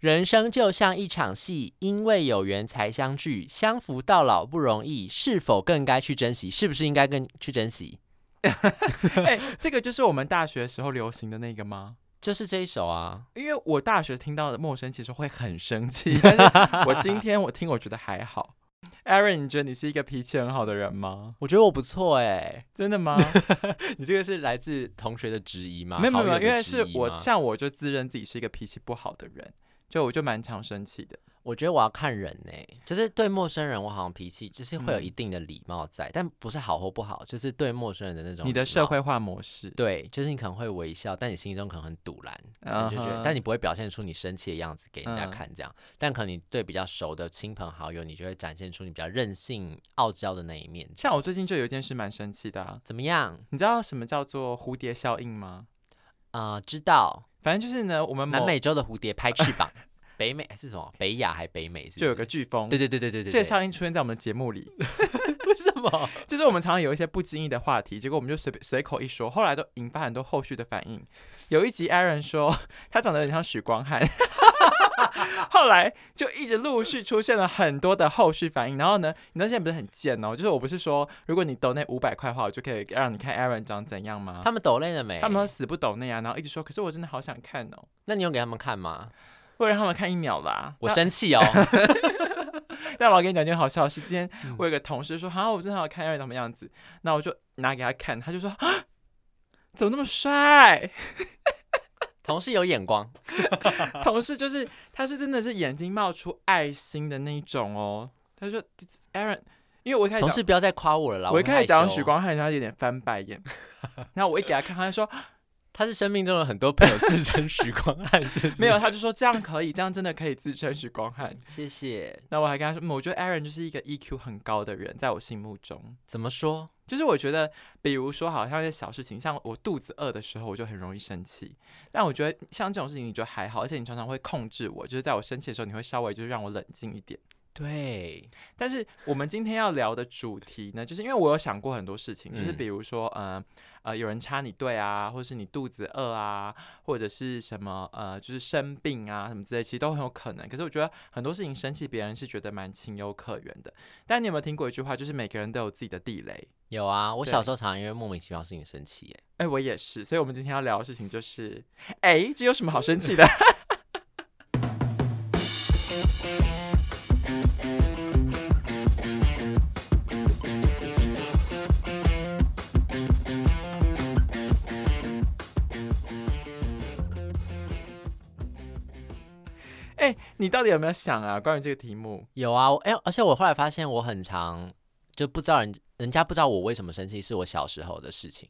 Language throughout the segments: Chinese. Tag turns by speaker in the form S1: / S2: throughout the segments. S1: 人生就像一场戏，因为有缘才相聚，相扶到老不容易，是否更该去珍惜？是不是应该更去珍惜？
S2: 哎、这个就是我们大学时候流行的那个吗？
S1: 就是这一首啊，
S2: 因为我大学听到的陌生，其实会很生气，但是我今天我听，我觉得还好。Aaron，你觉得你是一个脾气很好的人吗？
S1: 我觉得我不错哎、
S2: 真的吗？
S1: 你这个是来自同学的质疑吗？
S2: 没有没有没
S1: 好
S2: 有，
S1: 友的
S2: 因为
S1: 质
S2: 是
S1: 疑
S2: 我
S1: 吗
S2: 像我就自认自己是一个脾气不好的人，就我就蛮常生气的。
S1: 我觉得我要看人呢、就是对陌生人，我好像脾气就是会有
S2: 嗯
S1: 一定的礼貌在，但不是好或不好，就是对陌生人的那种
S2: 你的
S1: 礼
S2: 社
S1: 貌
S2: 会化模式，
S1: 对，就是你可能会微笑，但你心中可能很堵然，
S2: 嗯
S1: 你就觉得
S2: 哼，
S1: 但你不会表现出你生气的样子给人家
S2: 嗯
S1: 看，这样。但可能你对比较熟的亲朋好友，你就会展现出你比较任性、傲娇的那一面。
S2: 像我最近就有一件事蛮生气的、啊，
S1: 怎么样？
S2: 你知道什么叫做蝴蝶效应吗？
S1: 啊、知道
S2: 反正就是呢，我们
S1: 南
S2: 某
S1: 美洲的蝴蝶拍翅膀，北美是什么？北亚还北美是不
S2: 就有
S1: 是
S2: 个飓风，
S1: 对对对对对对，
S2: 这个
S1: 对
S2: 效应出现在我们的节目里，
S1: 为什 么？
S2: 就是我们常常有一些不经意的话题，结果我们就随便随口一说，后来都引发很多后续的反应。有一集 Aaron 说他长得很像许光汉， 后来就一直陆续出现了很多的后续反应。然后呢，你知道现在不是很贱哦，就是我不是说如果你抖那五百块的话，我就可以让你看 Aaron 长怎样吗？
S1: 他们抖累了没？
S2: 他们说死不抖那样，然后一直说，可是我真的好想看哦，
S1: 那你有给他们看吗？
S2: 会让他们看一秒吧。
S1: 我
S2: 那
S1: 生 气哦，
S2: 但我要跟你讲一件好笑的事，今天
S1: 嗯
S2: 我有个同事说，好、我真的好看 Aaron 什么样子，那我就拿给他看，他就说，啊怎么那么帅？
S1: 同事有眼光，
S2: 同事就是，他是真的是眼睛冒出爱心的那一种哦。他就说，Aaron，因为我一开始
S1: 同
S2: 讲
S1: 事不要再夸我了啦。
S2: 我一
S1: 很
S2: 开始
S1: 害
S2: 讲到
S1: 羞哦
S2: 许，光汉，他有点翻 白眼，然后我一给他看，他就说
S1: 他是生命中有很多朋友自称许光啊 汉，是不是
S2: 没有，，他就说这样可以，这样真的可以自称许光汉。
S1: 谢谢。
S2: 那我还跟他说，嗯我觉得 Aaron 就是一个 EQ 很高的人，在我心目中。
S1: 怎么说？
S2: 就是我觉得，比如说，好像一些小事情，像我肚子饿的时候，我就很容易生气。但我觉得像这种事情，你觉得还好，而且你常常会控制我，就是在我生气的时候，你会稍微就是让我冷静一点。
S1: 对，
S2: 但是我们今天要聊的主题呢，就是因为我有想过很多事情，就是
S1: 嗯
S2: 比如说，呃呃，有人插你队啊，或是你肚子饿啊，或者是什么呃，就是生病啊什么之类，其实都很有可能。可是我觉得很多事情生气别人是觉得蛮情有可原的。但你有没有听过一句话，就是每个人都有自己的地雷？
S1: 有啊，我
S2: 对
S1: 小时候常常因为莫名其妙的事情生气，哎，
S2: 哎，我也是，所以我们今天要聊的事情就是，哎，这有什么好生气的？ 哎，你到底有没有想啊？关于这个题目，
S1: 有啊，我哎、而且我后来发现我很常就不知道人人家不知道我为什么生气，是我小时候的事情。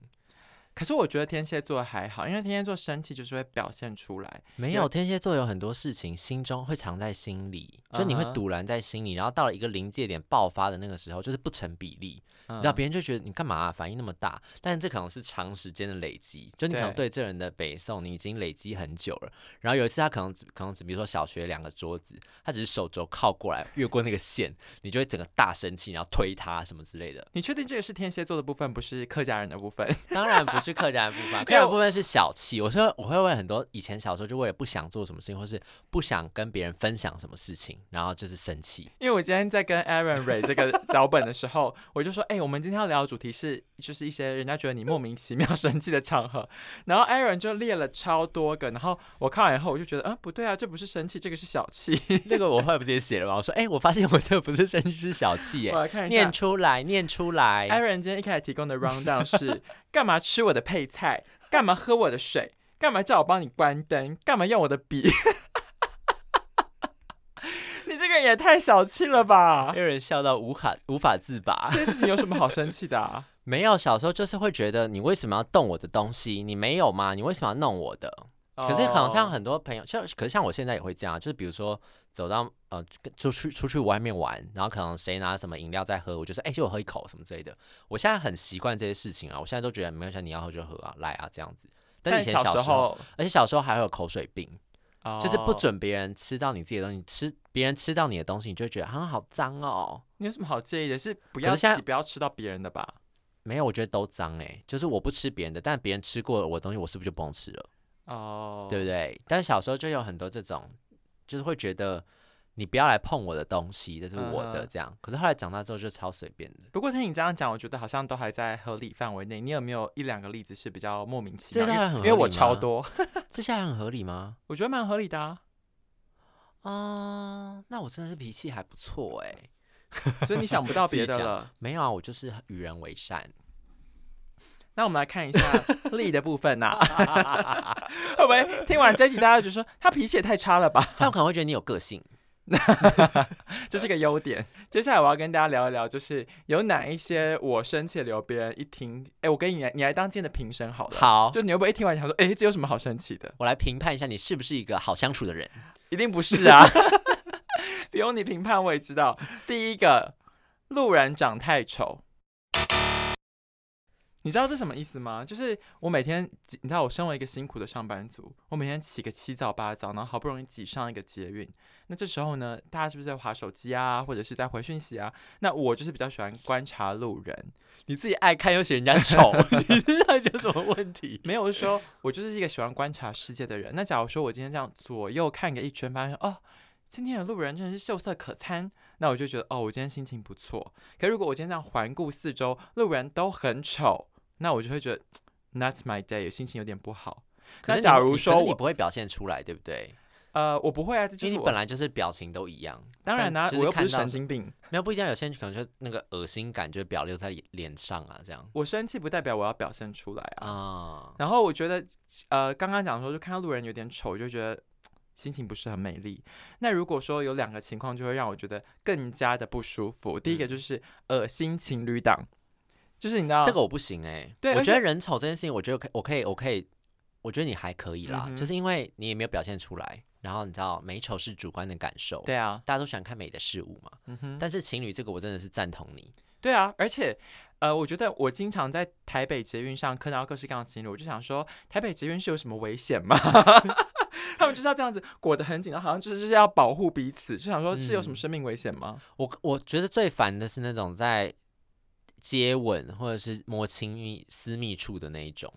S2: 可是我觉得天蝎座还好，因为天蝎座生气就是会表现出来。
S1: 没
S2: 有
S1: 有天蝎座有很多事情心中会藏在心里，就你会
S2: 嗯哼
S1: 堵拦在心里，然后到了一个临界点爆发的那个时候，就是不成比例。你知道
S2: 嗯
S1: 别人就觉得你干嘛啊、反应那么大，但是这可能是长时间的累积，就你可能
S2: 对
S1: 对这人的北宋你已经累积很久了。然后有一次他可能只可能只比如说小学两个桌子，他只是手肘靠过来越过那个线，你就会整个大生气，然后推他什么之类的。
S2: 你确定这个是天蝎座的部分，不是客家人的部分？
S1: 当然不是客家人部 分，客家人部分是小气。我说我会为很多以前小时候就为了不想做什么事情，或是不想跟别人分享什么事情，然后就是生气。
S2: 因为我今天在跟 Aaron 蕊这个脚本的时候，我就说，哎、我们今天要聊的主题是，就是一些人家觉得你莫名其妙 生气的场合。然后 Aaron 就列了超多个，然后我看完以后，我就觉得，嗯，不对啊，这不是生气，这个是小气。
S1: 那个我后来不是也写了吗？我说哎、我发现我这不是生气，是小气耶
S2: 我。来看一下
S1: 念出来，念出来。
S2: ，Aaron 今天一开始提供的 round down 是：干嘛吃我的配菜？干嘛喝我的水？干嘛叫我帮你关灯？干嘛用我的笔？ 你这个人也太小气了吧！
S1: 有人笑到无法无法自拔。
S2: 这件事情有什么好生气的、啊？
S1: 没有，小时候就是会觉得你为什么要动我的东西？你没有吗？你为什么要弄我的？ 可是好像
S2: 哦
S1: 很多朋友，就可是像我现在也会这样，就是比如说走到呃出去出去外面玩，然后可能谁拿什么饮料在喝，我就说哎、借我喝一口什么之类的。我现在很习惯这些事情啊，我现在都觉得没关系，你要喝就喝啊，来啊这样子。但以前
S2: 小
S1: 小时候，
S2: 候
S1: 而且小时候还会有口水病，就是不
S2: 哦。
S1: 准别人吃到你自己的东西，吃别人吃到你的东西，你就会觉得啊好脏哦。
S2: 你有什么好介意的？是
S1: 可
S2: 不要
S1: 是现
S2: 自
S1: 在
S2: 己不要吃到别人的吧？
S1: 没有，我觉得都脏哎、就是我不吃别人的，但别人吃过我的东西，我是不是就不能吃了？
S2: 哦，
S1: 对不对？但小时候就有很多这种就是会觉得你不要来碰我的东西，这是我
S2: 嗯
S1: 的
S2: 哼
S1: 这样。可是后来长大之后就超随便的。
S2: 不过听你这样讲，我觉得好像都还在合理范围内。你有没有一两个例子是比较莫名其妙？
S1: 这
S2: 因
S1: 都
S2: 为
S1: 还很
S2: 因
S1: 合
S2: 为我
S1: 理
S2: 超
S1: 吗
S2: 多，
S1: 这下还很合理吗？
S2: 我觉得蛮合理的啊。
S1: 啊、那我真的是脾气还不错哎、
S2: 所以你想不 到
S1: 自己
S2: 别的
S1: 讲
S2: 了。
S1: 没有啊，我就是与人为 善。
S2: 那我们 来看一下力的部分呐、啊 会不会听完这集大家就说他脾气也太差了吧？
S1: 他们可能会觉得你有个性。
S2: 这是个优点。接下来我要跟大家聊一聊，就是有哪一些我生气的理由，别人一听，哎、我跟你来，你来当今天的评审好了。
S1: 好，
S2: 就你会不会一听完想说，哎、这有什么好生气的？
S1: 我来评判一下你是不是一个好相处的人。
S2: 一定不是啊， 不用你评判我也知道。第一个，路人长太丑。你知道这什么意思吗？就是我每天挤，你知道我身为一个辛苦的上班族，我每天起个七早八早，然后好不容易挤上一个捷运。那这时候呢，大家是不是在划手机啊，或者是在回讯息啊？那我就是比较喜欢观察路人，
S1: 你自己爱看又嫌人家 丑，你知道有什么问题？
S2: 没有我是说，我就是一个喜欢观察世界的人。那假如说我今天这样左右看个一圈，发现哦，今天的路人真的是秀色可餐，那我就觉得哦，我今天心情不错。可如果我今天这样环顾四周，路人都很丑，那我就会觉得嘖 That's my day，心情有点不好。
S1: 可
S2: 那
S1: 是你
S2: 假
S1: 你
S2: 如
S1: 可
S2: 说
S1: 是你
S2: 我，
S1: 不会表现出来，对不对？
S2: 呃，我不会啊，这就
S1: 因为你
S2: 是我
S1: 本来就是表情都一样。
S2: 当然啦、啊
S1: 但就是
S2: 我又不是
S1: 看到
S2: 神经病，
S1: 没有不一定啊要有些人可能就那个恶心感就表露在脸脸上啊，这样
S2: 我生气不代表我要表现出来啊。
S1: 啊。
S2: 然后我觉得，呃，刚刚讲说，就看到路人有点丑，就觉得心情不是很美丽。那如果说有两个情况，就会让我觉得更加的不舒服。第一
S1: 嗯
S2: 个就是恶心情侣档，就是你知道
S1: 这个我不行哎、
S2: 对
S1: 我
S2: 而
S1: 觉
S2: 且
S1: 得人丑这件事情，我觉得可我可以，我可以，我觉得你还可以啦，
S2: 嗯哼
S1: 就是因为你也没有表现出来。然后你知道美丑是主观的感受，
S2: 对啊，
S1: 大家都喜欢看美的事物嘛。
S2: 嗯哼，
S1: 但是情侣这个我真的是赞同你，
S2: 对啊，而且。呃，我觉得我经常在台北捷运上看到各式各样的情侣，我就想说，台北捷运是有什么危险吗？ 他们就是要这样子裹得很紧，然后好像就是就是要保护彼此，就想说是有什么
S1: 嗯
S2: 生命危险吗？
S1: 我我觉得最烦的是那种在接吻或者是摸亲密私密处的那一种。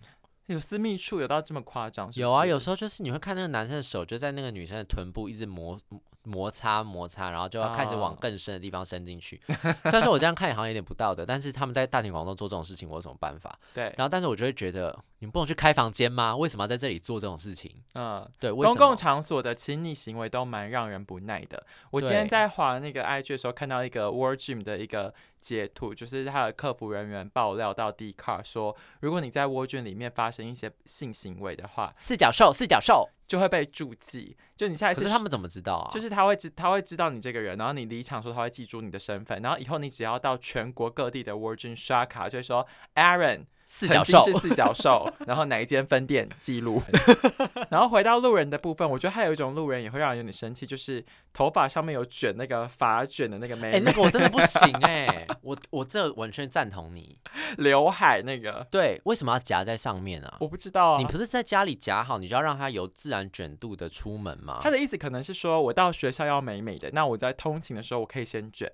S2: 有私密处有到这么夸张？是不
S1: 有啊，
S2: 是
S1: 有时候就是你会看那个男生的手就在那个女生的臀部一直摩摩擦摩擦，然后就要开始往
S2: 啊
S1: 更深的地方伸进去。虽然说我这样看也好像有点不道德，但是他们在大庭广众做这种事情，我有什么办法？
S2: 对，
S1: 然后，但是我就会觉得，你们不能去开房间吗？为什么要在这里做这种事情？
S2: 嗯，
S1: 对，为什
S2: 公
S1: 么？
S2: 共场所的亲昵行为都蛮让人不耐的。我今天
S1: 对
S2: 在滑那个 IG 的时候，看到一个 War Gym 的一个截图，就是他的客服人员爆料到 d c a r 说，如果你在 War Gym 里面发生一些性行为的话，
S1: 四角兽，四角兽。
S2: 就会被注记。哎就你下一
S1: 可
S2: 次
S1: 是他们怎么知道啊？
S2: 就是他会知他会知道你这个人，然后你离场的时候他会记住你的身份，然后以后你只要到全国各地的 War Gym 刷卡，就会说 Aaron
S1: 四
S2: 曾
S1: 角
S2: 经
S1: 兽。
S2: 是四角兽， 然后哪一间分店 记录。 然后回到路人的部分，我觉得还有一种路人也会让人有点生气，就是头发上面有卷那个发卷的那个
S1: 哎、
S2: 妹妹、
S1: 那个我真的不行哎、我我这完全赞同你。
S2: 刘海那个，
S1: 对，为什么要夹在上面啊？
S2: 我不知道
S1: 你
S2: 啊。
S1: 不是在家里夹好，你就要让它有自然卷度的出门吗
S2: 他？的意思可能是说，我到学校要美美的，那我在通勤的时候我可以先卷。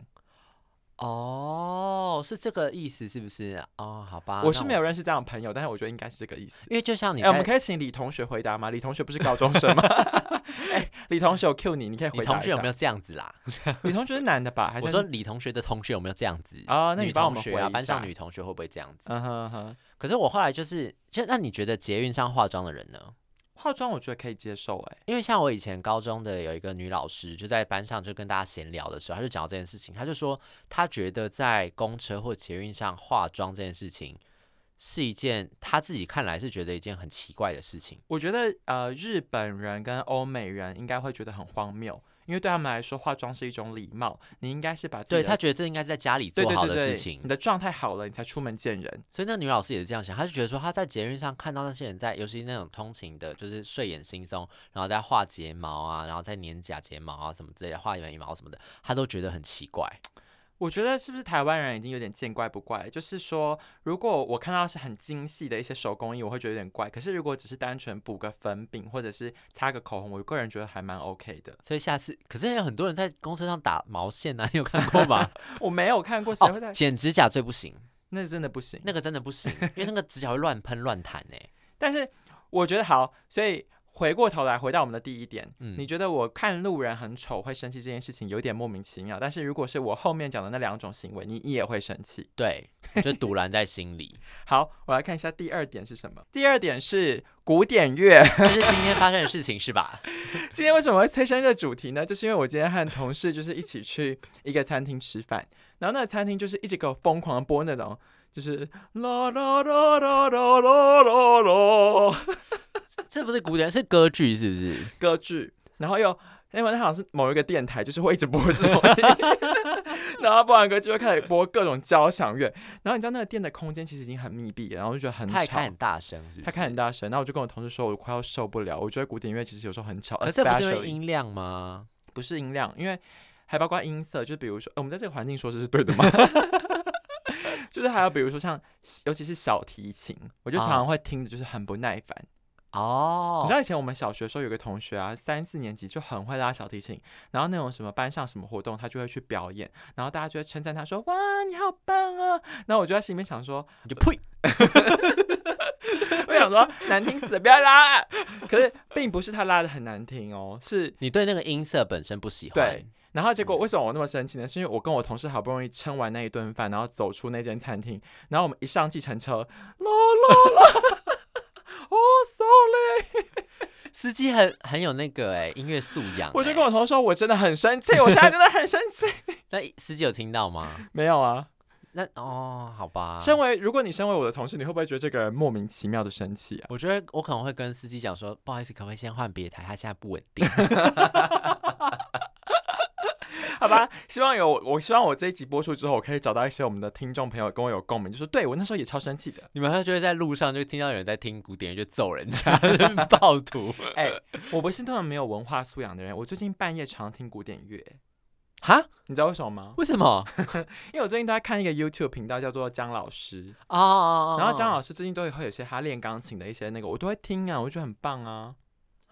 S1: 哦，是这个意思是不是？哦，好吧，
S2: 我是
S1: 那
S2: 没有，认识这样的朋友，但是我觉得应该是这个意思。
S1: 因为就像你
S2: 哎、
S1: 在、
S2: 我们可以请李同学回答吗？李同学不是高中 生吗？哎、李同学有 Q 你，你可以
S1: 你
S2: 回答
S1: 同
S2: 一
S1: 学有
S2: 下
S1: 没。有这样子啦？
S2: 李同学是男的吧？还是
S1: 我说李同学的同学有没有这样子？
S2: 啊、那你
S1: 女
S2: 帮我
S1: 同
S2: 们
S1: 学
S2: 回
S1: 啊，
S2: 一
S1: 班上
S2: 下
S1: 女同学会不会这样子？
S2: 嗯哼嗯哼。
S1: 可是我后来就是，就那你觉得捷运上化妆的人呢？
S2: 化妆我觉得可以接受、哎，
S1: 因为像我以前高中的有一个女老师，就在班上就跟大家闲聊的时候，她就讲到这件事情，她就说她觉得在公车或捷运上化妆这件事情是一件她自己看来是觉得一件很奇怪的事情。
S2: 我觉得呃，日本人跟欧美人应该会觉得很荒谬，因为对他们来说，化妆是一种礼貌，你应该是把自己
S1: 对
S2: 的
S1: 她觉得这应该是在家里
S2: 对
S1: 做
S2: 对
S1: 好
S2: 对
S1: 的
S2: 对
S1: 事情
S2: 你，的状态好了，你才出门见人。
S1: 所以那女老师也是这样想，她就觉得说她在捷运上看到那些人在，尤其是那种通勤的，就是睡眼惺忪，然后在画睫毛啊，然后在粘假睫毛啊什么之类的，画眉毛什么的，她都觉得很奇怪。
S2: 我觉得是不是台湾人已经有点见怪不怪？就是说，如果我看到是很精细的一些手工艺，我会觉得有点怪。可是如果只是单纯补个粉饼或者是擦个口红，我个人觉得还蛮 OK 的。
S1: 所以下次，可是有很多人在公车上打毛线啊，你有 看过吗？
S2: 我没有看过谁会在、
S1: 哦，剪指甲最不行，
S2: 那真的不行。
S1: 欸那个真的不行，因为那个指甲会乱喷乱弹呢。
S2: 但是我觉得好，所以回过头来回到我们的第一点，
S1: 嗯
S2: 你觉得我看路人很丑会生气这件事情有点莫名其妙，但是如果是我后面讲的那两种行为，你你也会生气。
S1: 对，我就堵拦在心里。
S2: 好，我来看一下第二点是什么。第二点是古典乐。
S1: 这是今天发生的事情是吧？
S2: 今天为什么会催生这个主题呢？就是因为我今天和同事就是一起去一个餐厅吃饭，然后那个餐厅就是一直给我疯狂地播那种就是啦啦啦啦啦啦啦啦
S1: 这不是古典，是歌剧是不是？
S2: 歌剧，然后又。因为它好像是某一个电台，就是会一直播这种，然后播完歌就会开始播各种交响乐，然后你知道那个店的空间其实已经很密闭了，然后就觉得很
S1: 他也
S2: 吵
S1: 开，很大声，是不是？
S2: 他开很大声，然后我就跟我同事说，我快要受不了，我觉得古典乐其实有时候很吵，
S1: 可是这不是因
S2: especially
S1: 为音量吗？
S2: 不是音量，因为还包括音色，就比如说、呃我们在这个环境说这是对的吗？就是还有比如说像，尤其是小提琴，我就常常会听的就是很不耐烦。你
S1: 哦
S2: 知，道以前我们小学的时候有个同学啊，三四年级就很会拉小提琴，然后那种什么班上什么活动，他就会去表演，然后大家就会称赞他说：“哇，你好棒哦！”然后我就在心里面想说，
S1: 你就呸！
S2: 我想说难听死了，不要拉了。可是并不是他拉的很难听哦，是
S1: 你对那个音色本身不喜欢，
S2: 对，然后结果
S1: 嗯
S2: 为什么我那么生气呢？是因为我跟我同事好不容易撑完那一顿饭，然后走出那间餐厅，然后我们一上计程车，啦啦啦，哦，sorry，
S1: 司机很很有那个哎、音乐素养、
S2: 我就
S1: 哎
S2: 跟我同事说，我真的很生气，我现在真的很生气。
S1: 那司机有听到吗？
S2: 没有啊，
S1: 那哦，好吧。
S2: 身为如果你身为我的同事，你会不会觉得这个人莫名其妙的生气啊？
S1: 我觉得我可能会跟司机讲说，不好意思，可不可以先换别台？他现在不稳 定。
S2: 好吧，希望有我希望我这一集播出之后，我可以找到一些我们的听众朋友跟我有共鸣，就说对我那时候也超生气的。
S1: 你们会就会在路上就听到有人在听古典乐就揍人 家，暴徒
S2: 哎、我不是那么没有文化素养的人，我最近半夜常听古典乐，
S1: 哈？
S2: 你知道为什么吗？
S1: 为什么？
S2: 因为我最近都在看一个 YouTube 频道，叫做姜老师，
S1: 哦哦哦，
S2: 然后姜
S1: 好
S2: 老师最近都会有一些他练钢琴的一些那个，我都会听啊，我觉得很棒啊。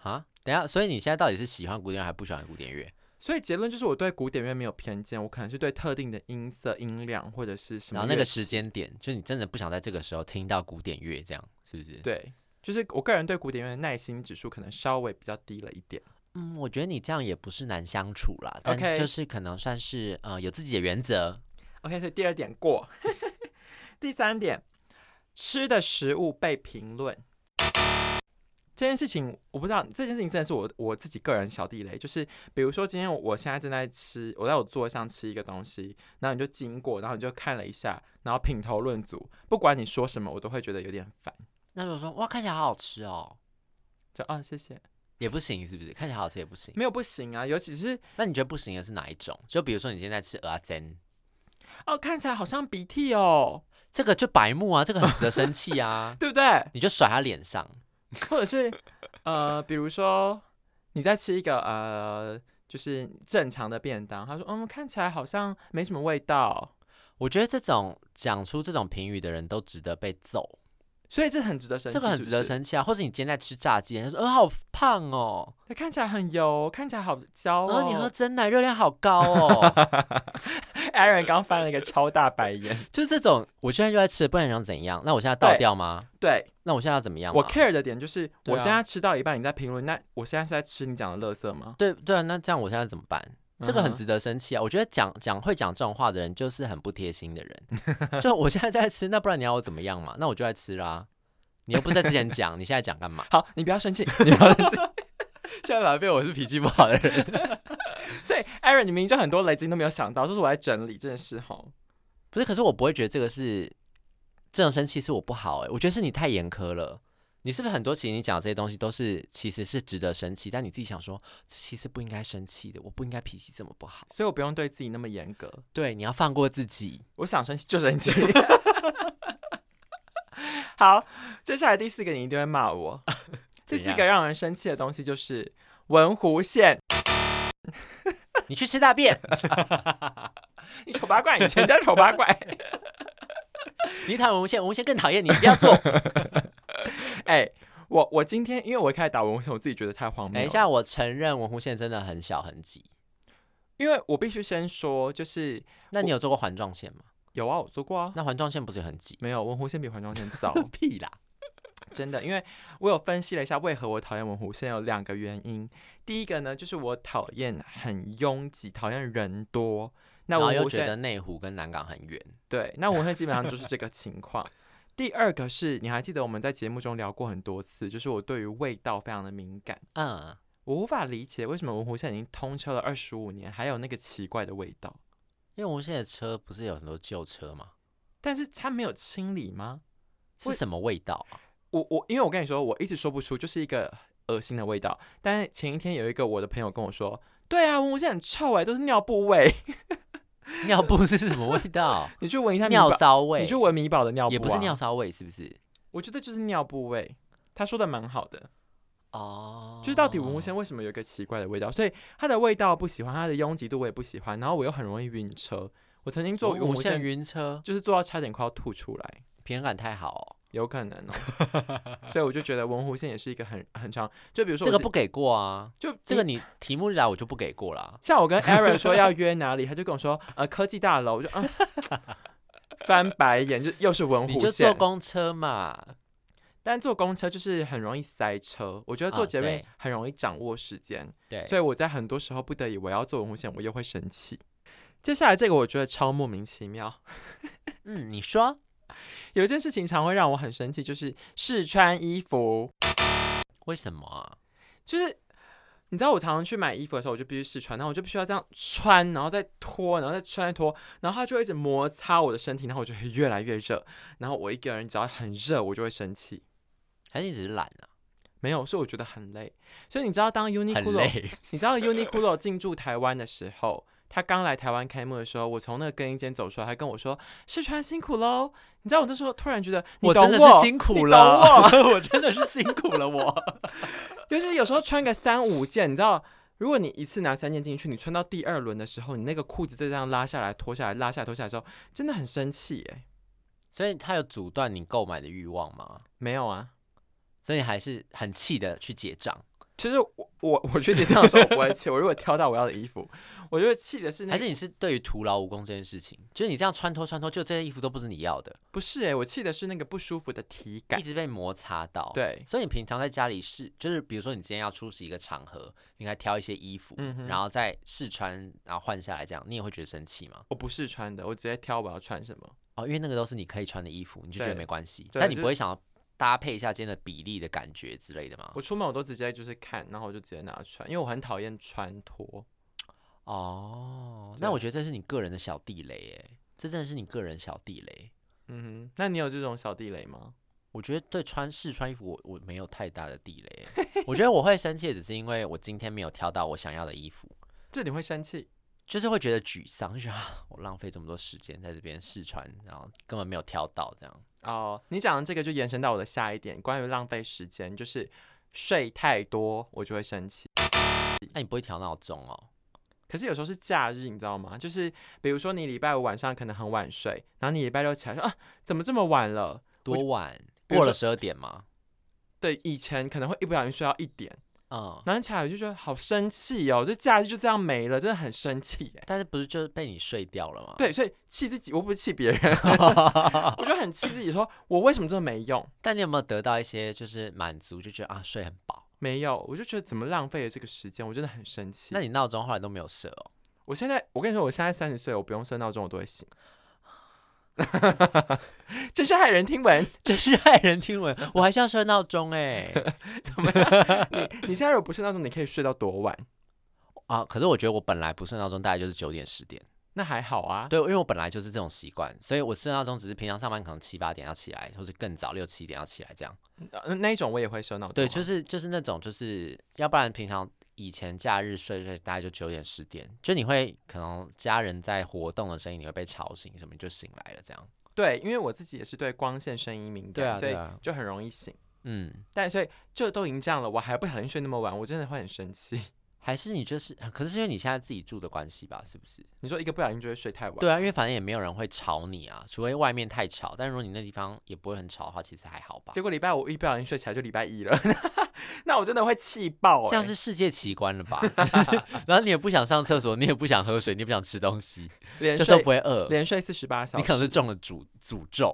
S1: 啊，等一下，所以你现在到底是喜欢古典乐还不喜欢古典乐？
S2: 所以结论就是，我对古典乐没有偏见，我可能是对特定的音色、音量或者是什么
S1: 然
S2: 乐器。
S1: 后那个时间点，就你真的不想在这个时候听到古典乐，这样是不是？，
S2: 对，就是我个人对古典乐的耐心指数可能稍微比较低了一点。
S1: 嗯，我觉得你这样也不是难相处啦，但
S2: OK
S1: 就是可能算是呃有自己的原则。
S2: OK，所以第二点过。 第三点，吃的食物被评论这件事情，我不知道这件事情真的是我我自己个人小地雷，就是比如说今天我我现在正在吃，我在我桌上吃一个东西，然后你就经过，然后你就看了一下，然后品头论足，不管你说什么，我都会觉得有点烦。
S1: 那我说哇，看起来好好吃哦，
S2: 就啊，谢谢，
S1: 也不行，是不是？看起来好吃也不行。
S2: 没有不行啊，尤其是
S1: 那你觉得不行的是哪一种？就比如说你现在吃蚵仔煎，
S2: 哦，看起来好像鼻涕哦，，
S1: 这个就白目啊，这个很值得生气啊
S2: 对不对？
S1: 你就甩他脸上。
S2: 或者是呃，比如说你在吃一个呃，就是正常的便当，他说嗯，看起来好像没什么味道，
S1: 我觉得这种讲出这种评语的人都值得被揍，
S2: 所以这很值得生气，
S1: 这个很
S2: 是不
S1: 值得
S2: 是。
S1: 生气啊。或者你今天在吃炸鸡，他说：“呃，好胖哦，
S2: 它看起来很油，看起来好焦
S1: 呃，
S2: 哦。
S1: 你喝真奶热量好高 哦。
S2: Aaron 刚翻了一个超大白眼。”
S1: 就是这种，我现在就在吃，不然你想怎样？那我现在倒
S2: 对
S1: 掉吗？
S2: 对
S1: 那我现在要怎么样吗？
S2: 我 care 的点就是，
S1: 对
S2: 我
S1: 啊
S2: 现在吃到一半，你在评论，那我现在是在吃你讲的垃圾吗？
S1: 对对啊，那这样我现在怎么办？这个
S2: 嗯
S1: 很
S2: 哼
S1: 值得生气啊！我觉得讲讲会讲这种话的人就是很不贴心的人。 就我现在在吃，那不然你要我怎么样嘛？那我就在吃啦。你又不是在之前讲，你现在讲干嘛？
S2: 好，你不要生气， 你不要生气。
S1: 现在反而被我是脾气不好的人。
S2: 所以 Aaron，你明明就很多雷金都没有想到，就是我在整理这件事吼。
S1: 不是，可是我不会觉得这个是这种生气是我不好哎、我觉得是你太严苛了。你是不是很多其实你讲这些东西都是其实是值得生气，但你自己想说其实不应该生气的，我不应该脾气这么不好。
S2: 所以我不用对自己那么严格。
S1: 对，你要放过自己。
S2: 我想生气就生气。 好，接下来第四个你一定会骂 我。这
S1: 怎
S2: 四
S1: 样
S2: 个让人生气的东西就是文湖线，
S1: 你去吃大便，
S2: 你丑八怪，你全家丑八怪。
S1: 你讨厌文献，文献更讨厌你，你不要 做。
S2: 哎、我我今天因为我一开始打文湖线，我自己觉得太荒谬。
S1: 等一，下，我承认文湖线真的很小很挤。
S2: 因为我必须先说，就是
S1: 那你有做过环状线吗？
S2: 有啊，我做过啊。
S1: 那环状线不是也很挤？ 。
S2: 没有，文湖线比环状线早
S1: 屁啦！
S2: 真的，因为我有分析了一下为何我讨厌文湖线，有两个原因。第一个呢，就是我讨厌很拥挤，讨厌人多。那
S1: 然后
S2: 文
S1: 又
S2: 湖
S1: 觉
S2: 线
S1: 得内湖跟南港很远，
S2: 对，那文湖线基本上就是这个情况。第二个是你还记得我们在节目中聊过很多次，就是我对于味道非常的敏感，
S1: 嗯，
S2: 我无法理解为什么文湖线已经通车了二十五年，还有那个奇怪的味道。
S1: 因为我们现在的车不是有很多旧车吗？
S2: 但是它没有清理吗？
S1: 是
S2: 为
S1: 什么味道啊？
S2: 我我因为我跟你说，我一直说不出，就是一个恶心的味道。但是前一天有一个我的朋友跟我说，对啊，文湖线很臭哎、都是尿布味。
S1: 尿布是什么味道？
S2: 你去闻一下米
S1: 尿
S2: 宝，
S1: 骚
S2: 你
S1: 味
S2: 去，闻米宝的尿布、啊，
S1: 也不是尿，骚味，是不是？
S2: 我觉得就是尿布味。他说的蛮好的，
S1: 哦，
S2: 就是到底文物线为什么有一个奇怪的味道？所以它的味道不喜欢，它的拥挤度我也不喜欢，然后我又很容易晕车。我曾经坐
S1: 我
S2: 文
S1: 无
S2: 物
S1: 线
S2: 线，
S1: 晕车，
S2: 就是坐到差点快要吐出来。
S1: 平衡感太好哦，
S2: 有可能哦， 所以我就觉得文湖线也是一个很很长，就比如说
S1: 这
S2: 我
S1: 个
S2: 是
S1: 不给过啊。
S2: 就
S1: 这个你题目一来我就不给过啦。
S2: 像我跟 Aaron 说要约哪里，他就跟我说呃科技大楼，我就嗯翻白眼，就又是文
S1: 你
S2: 湖
S1: 就坐
S2: 线。
S1: 公车嘛，
S2: 但坐公车就是很容易塞车，我觉得坐
S1: 啊
S2: 捷运
S1: 对
S2: 很容易掌握时间，
S1: 对，
S2: 所以我在很多时候不得已我要坐文湖线，我又会生气。接下来这个我觉得超莫名其妙，
S1: 嗯，你说
S2: 有一件事情常会让我很生气，就是试穿衣服，
S1: 为什么啊？
S2: 就是你知道我常常去买衣服的时候，我就必须试穿，然后我就必须要这样穿，然后再脱，然后再穿再脱，然后它就会一直摩擦我的身体，然后我就会越来越热，然后我一个人只要很热，我就会生气。
S1: 还是你只是懒啊？
S2: 没有，所以我觉得很累。所以你知道，当
S1: 很
S2: Uniqlo
S1: 累，
S2: 你知道 Uniqlo 进驻台湾的时候，他刚来台湾开幕的时候，我从那个更衣间走出来，他跟我说试穿辛苦喽。你知道我那时候突然觉得，你懂
S1: 真的是辛
S2: 你
S1: 苦
S2: 懂
S1: 了，
S2: 我
S1: 我真的是辛苦了我。
S2: 尤其是有时候穿个三五件，你知道，如果你一次拿三件进去，你穿到第二轮的时候，你那个裤子再这样拉下来、脱下来、拉下来、脱下来的时候，真的很生气耶。
S1: 所以他有阻断你购买的欲望吗？
S2: 没有啊，
S1: 所以你还是很气的去结账，
S2: 其实我我我去结账的时候我不会气，我如果挑到我要的衣服，我就会气的是那
S1: 还
S2: 个
S1: 是你是对于徒劳无功这件事情？就是你这样穿脱穿脱，就这些衣服都不是你要的，
S2: 不是哎，我气的是那个不舒服的体感
S1: 一。直被摩擦到。，
S2: 对，
S1: 所以你平常在家里试，就是比如说你今天要出席一个场合，你还挑一些衣服，
S2: 嗯哼
S1: 然后再试穿，然后换下来，这样你也会觉得生气吗？
S2: 我不试穿的，我直接挑我要穿什么。
S1: 哦，因为那个都是你可以穿的衣服，你就觉得
S2: 对
S1: 没关系，
S2: 对啊
S1: 但你
S2: 就
S1: 不会想要搭配一下今天的比例的感觉之类的吗？
S2: 我出门我都直接就是看，然后我就直接拿穿，因为我很讨厌穿脱。
S1: 哦，
S2: 对
S1: 那
S2: 啊
S1: 我觉得这是你个人的小地雷，哎，这真的是你个人小地雷。
S2: 嗯哼，那你有这种小地雷吗？
S1: 我觉得对穿试穿衣服我，我没有太大的地雷 欸。我觉得我会生气，只是因为我今天没有挑到我想要的衣服，
S2: 这你会生气？
S1: 就是会觉得沮丧，就觉得啊我浪费这么多时间在这边试穿，然后根本没有挑到这样。
S2: 哦，你讲的这个就延伸到我的下一点，关于浪费时间，就是睡太多，我就会生气。
S1: 那你不会调闹钟哦？
S2: 可是有时候是假日，你知道吗？就是比如说你礼拜五晚上可能很晚睡，然后你礼拜六起来说啊，怎么这么晚了？
S1: 多晚？
S2: 比如
S1: 过了
S2: 说
S1: 十二点吗？
S2: 对，以前可能会一不小心睡到一点，
S1: 嗯，
S2: 然后你起来我就觉得好生气哦，这假日就这样没了，真的很生气耶。
S1: 但是不是就被你睡掉了吗？
S2: 对，所以气自己，我不是气别人， 我就很气自己说我为什么这么没用？
S1: 但你有没有得到一些就是满足，就觉得啊睡很饱？
S2: 没有，我就觉得怎么浪费了这个时间，我真的很生气。
S1: 那你闹钟后来都没有设哦？
S2: 我现在，我跟你说，我现在三十岁，我不用设闹钟，我都会醒。 真是骇人听闻！
S1: 真是骇人听闻，我还是要设闹钟哎
S2: 你现在如果不设闹钟，你可以睡到多晚？
S1: 啊！可是我觉得我本来不设闹钟，大概就是九点十点。
S2: 那还好啊。
S1: 对，因为我本来就是这种习惯，所以我设闹钟只是平常上班可能七八点要起来，或是更早六七点要起来这样。
S2: 呃那一种我也会设闹钟啊。
S1: 对，就是就是那种，就是要不然平常以前假日睡睡大概就九点十点，就你会可能家人在活动的声音你会被吵醒，什么你就醒来了这样。
S2: 对，因为我自己也是对光线、声音敏
S1: 对
S2: 感，
S1: 啊
S2: 所
S1: 对
S2: 以
S1: 啊
S2: 就很容易醒。
S1: 嗯，
S2: 但所以就都已经这样了，我还不小心睡那么晚，我真的会很生气。
S1: 还是你就是，可是因为你现在自己住的关系吧，是不是？
S2: 你说一个不小心就会睡太晚，
S1: 对啊，因为反正也没有人会吵你啊，除非外面太吵。但如果你那地方也不会很吵的话，其实还好吧。
S2: 结果礼拜五一不小心睡起来就礼拜一了， 那我真的会气爆、欸。
S1: 这样是世界奇观了吧？ 然后你也不想上厕所，你也不想喝水，你也不想吃东西，
S2: 连
S1: 就都
S2: 睡
S1: 不会饿。
S2: 连睡四十八小
S1: 你
S2: 时，
S1: 可能是中了诅诅 咒，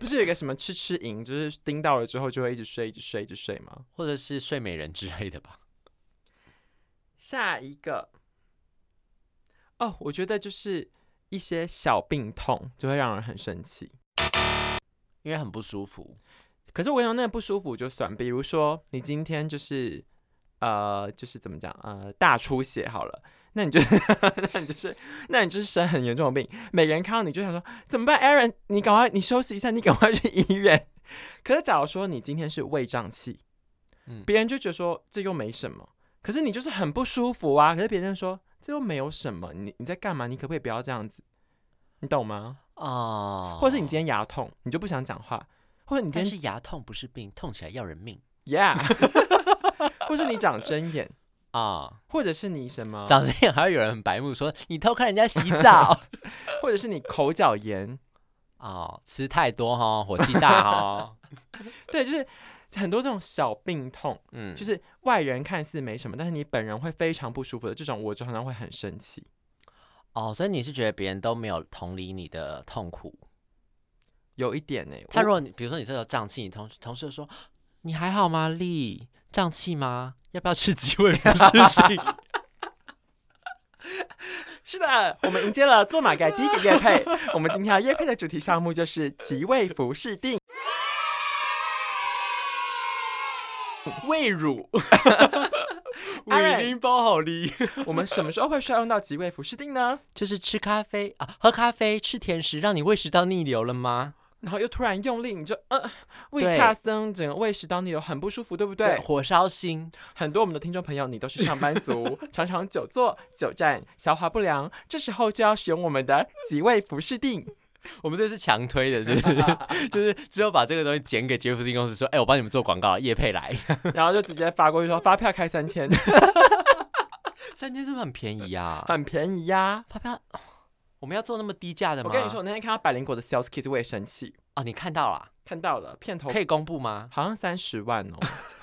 S2: 不是有一个什么吃吃瘾，就是盯到了之后就会一直睡，一直睡，一直睡吗？
S1: 或者是睡美人之类的吧。
S2: 下一个，哦，我觉得就是一些小病痛就会让人很生气。
S1: 因为很不舒服，
S2: 可是我想那个不舒服就算，比如说你今天就是呃，就是怎么讲呃，大出血好了。 那你就，那你就是，那你就是生很严重的病。每个人看到你就想说怎么办，Aaron，你赶快，你休息一下，你赶快去医院。可是假如说你今天是胃胀气，
S1: 嗯
S2: 别人就觉得说这又没什么，可是你就是很不舒服啊。可是别人说这又没有什么，你你在干嘛？你可不可以不要这样子？你懂吗？
S1: 哦，
S2: 或者是你今天牙痛，你就不想讲话，或者你今
S1: 但
S2: 天
S1: 是牙痛不是病，痛起来要人命
S2: Yeah，或是你长针眼，
S1: 啊！
S2: 或者是你什么，
S1: 长这样还会有人很白目说你偷看人家洗澡
S2: 或者是你口角炎，
S1: 哦，吃太多哈，火气大 哦，
S2: 对，就是很多这种小病痛，
S1: 嗯，
S2: 就是是外人看似没什么，但是你本人会非常不舒服的这种，我常常会很生气。
S1: 哦，所以你是觉得别人都没有同理你的痛苦？
S2: 有一点呢、
S1: 他
S2: 我
S1: 如果你比如说你这时候胀气，你同同事就说你还好吗？丽胀气吗？要不要吃鸡 尾不是病？
S2: 是的，我们迎接了做马盖第一个夜配，我们今天要夜配的主题项目就是即位服饰定。胃乳，
S1: 我已经包好哩，
S2: 我们什么时候会需要用到即位服饰定呢？
S1: 就是吃咖啡啊，喝咖啡吃甜食，让你胃食道逆流了吗？
S2: 然后又突然用力，你就呃胃
S1: 对
S2: 恰森，整个胃食道逆流很不舒服，对不对？
S1: 火烧心，
S2: 很多我们的听众朋友，你都是上班族， 常常久坐、久站、消化不良，这时候就要使用我们的即位服饰定。
S1: 我们这是强推的，是不是？ 就是之后把这个东西剪给杰夫斯公司说，哎、我帮你们做广告，叶佩来，
S2: 然后就直接发过去说发票开三千，
S1: 三千是不是很便宜啊？
S2: 很便宜呀、
S1: 发票，我们要做那么低价的吗？
S2: 我跟你说，我那天看到百灵果的 sales kit 我也生气，
S1: 啊，你看到了，
S2: 看到了片头
S1: 可以公布 吗？
S2: 好像三十万哦，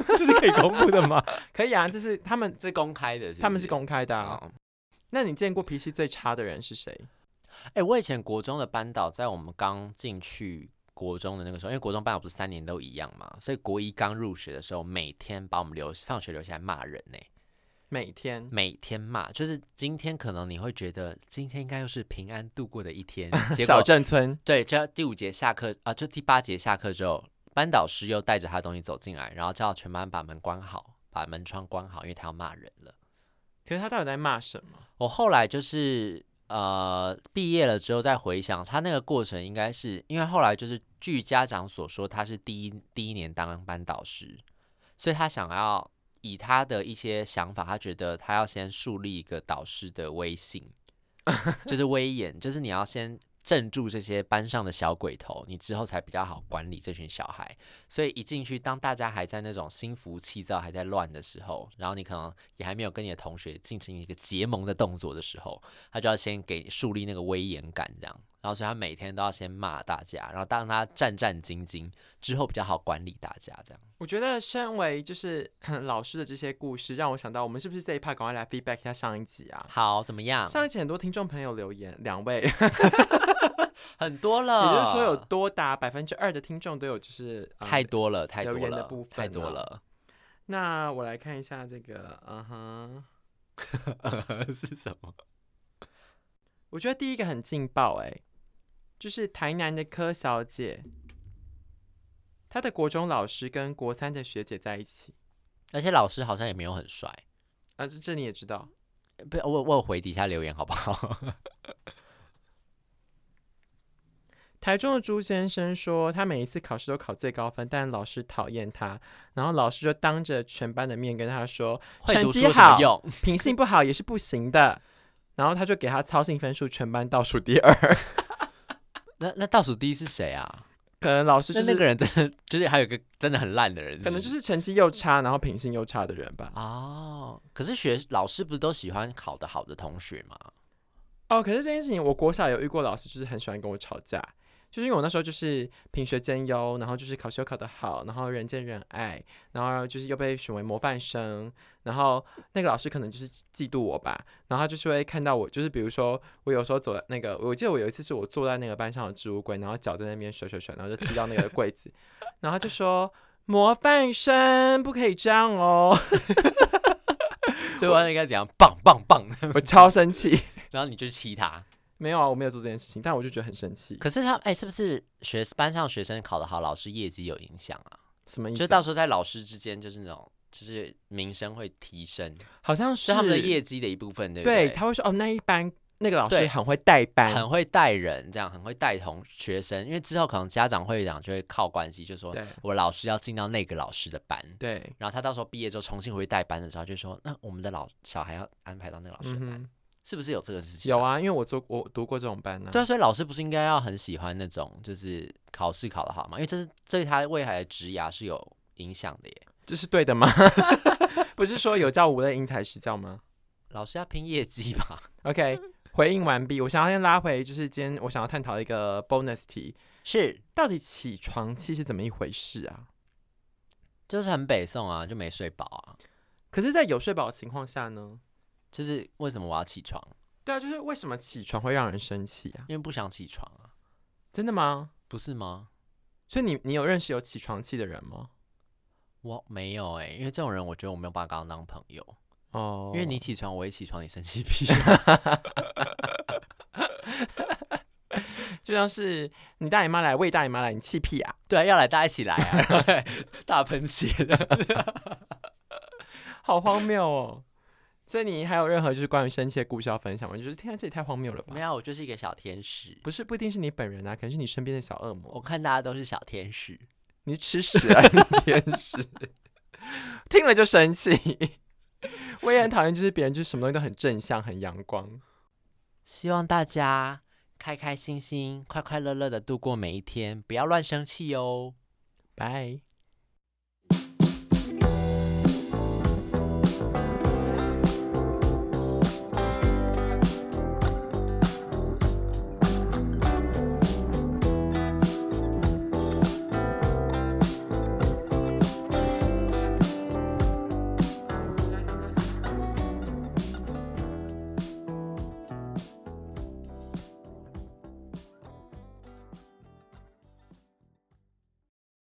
S1: 这是可以公布的吗？
S2: 可以啊，这是他们
S1: 这是公开的是不哦
S2: 他们是公开的、
S1: 开
S2: 啊。那你见过脾气最差的人是谁？
S1: 哎、我以前国中的班导，在我们刚进去国中的那个时候，因为国中班导不是三年都一样嘛，所以国一刚入学的时候，每天把我们留放学留下来骂人呢、
S2: 每天
S1: 每天骂。就是今天可能你会觉得今天应该又是平安度过的一天，结
S2: 小
S1: 果
S2: 镇村
S1: 对，这第五节下课啊，就第八节下课之后，班导师又带着他的东西走进来，然后叫全班把门关好，把门窗关好，因为他要骂人了。
S2: 可是他到底在骂什么？
S1: 我后来就是呃毕业了之后再回想他那个过程，应该是因为后来就是据家长所说，他是第一第一年当班导师，所以他想要以他的一些想法，他觉得他要先树立一个导师的威信，就是威严，就是你要先。镇住这些班上的小鬼头，你之后才比较好管理这群小孩。所以一进去，当大家还在那种心浮气躁、还在乱的时候，然后你可能也还没有跟你的同学进行一个结盟的动作的时候，他就要先给树立那个威严感，这样。然后所以他每天都要先骂大家，然后当他战战兢兢之后，比较好管理大家，这样。
S2: 我觉得身为就是 老师的这些故事，让我想到我们是不是这一趴赶快来 feedback 一下上一集啊？
S1: 好，怎么样？
S2: 上一集很多听众朋友留言，两位，也就
S1: 很多了，
S2: 是说
S1: 哦
S2: 有多达百分之二的听众都有就是、呃
S1: 太多了，太多
S2: 留言的
S1: 了
S2: 部，
S1: 太
S2: 分
S1: 多
S2: 啊
S1: 了。
S2: 那我来看一下这个，嗯哼，
S1: 是什么？
S2: 我觉得第一个很劲爆哎、就是台南的柯小姐，她的国中老师跟国三的学姐在一起
S1: 而且老师好像也没有很帅。
S2: 啊，这这你也知道，
S1: 不，我我有回底下留言好不好？
S2: 台中的朱先生说，他每一次考试都考最高分，但老师讨厌他，然后老师就当着全班的面跟他说，
S1: 会
S2: 成
S1: 读书
S2: 绩
S1: 有什么
S2: 好
S1: 用？
S2: 品性不好也是不行的。然后他就给他操性分数全班倒数第二，
S1: 那那倒数第一是谁啊？
S2: 可能老师就
S1: 那
S2: 是
S1: 那个人真的就是还有一个真的很烂的人，
S2: 可能就是是成绩又差，然后品性又差的人吧。
S1: 哦。可是学老师不是都喜欢考得好的同学吗？
S2: 哦，可是这件事情，我国小有遇过老师，就是很喜欢跟我吵架，就是因为我那时候就是品学兼优，然后就是考试又考得好，然后人见人爱，然后就是又被选为模范生，然后那个老师可能就是嫉妒我吧，然后他就是会看到我，就是比如说我有时候走在那个，我记得我有一次是我坐在那个班上的置物柜，然后脚在那边甩甩甩，然后就踢到那个柜子， 然后他就说模范生不可以这样哦，
S1: 所以我应该怎样？棒棒 棒！
S2: 我超生气，
S1: 然后你就踢他。
S2: 没有啊，我没有做这件事情，但我就觉得很生气，
S1: 可是他哎、是不是学班上学生考得好，老师业绩有影响啊？
S2: 什么意思
S1: 就
S2: 啊？
S1: 到时候在老师之间就是那种。就是名声会提升，
S2: 好像是
S1: 是他们的业绩的一部分，对不
S2: 对，他会说哦，那一班那个老师
S1: 对
S2: 很会带班，
S1: 很会带人，这样很会带同学生，因为之后可能家长会长就会靠关系，就说
S2: 对
S1: 我老师要进到那个老师的班，
S2: 对，
S1: 然后他到时候毕业之后重新回去带班的时候，他就说那我们的老小孩要安排到那个老师的
S2: 嗯
S1: 班，
S2: 哼，
S1: 是不是有这个事情？
S2: 有，啊，因为我做我读过这种班呢、
S1: 对啊，所以老师不是应该要很喜欢那种就是考试考得好吗？因为这是对他未来的职涯是有影响的耶。
S2: 这是对 的吗？不是说有教无类，因材施教吗
S1: 老师要拼业绩 吧？
S2: ？OK，回应完毕，我想要先拉回，就是今天我想要探讨一个 bonus 题，
S1: 是，
S2: 到底起床气是怎么一回事啊？
S1: 就是很北宋啊，就没睡饱啊，
S2: 可是，在有睡饱的情况下呢？
S1: 就是为什么我要起床？
S2: 对啊，就是为什么起床会让人生气啊？
S1: 因为不想起床啊，
S2: 真的吗？
S1: 不是吗？
S2: 所以你你有认识有起床气的人吗？
S1: 我没有哎、因为这种人我觉得我没有办法跟他当朋友，
S2: 哦，
S1: 因为你起床我也起床，你生气屁。
S2: 就像是你大姨妈来，喂大姨妈来，你气屁啊？
S1: 对啊，要来大家一起来啊， 然后再大喷血的。
S2: 好荒谬哦！所以你还有任何就是关于生气的故事要分享吗？就是天啊，这也太荒谬了吧
S1: 没！有，我就是一个小天使。
S2: 不是，不一定是你本人啊，可能是你身边的小恶魔。
S1: 我看大家都是小天使，
S2: 哦你是吃屎啊，你天使！ 听了就生气。 我也很讨厌，就是别人就是什么东西都很正向、很阳光。
S1: 希望大家开开心心、快快乐乐的度过每一天，不要乱生气哦。
S2: 拜。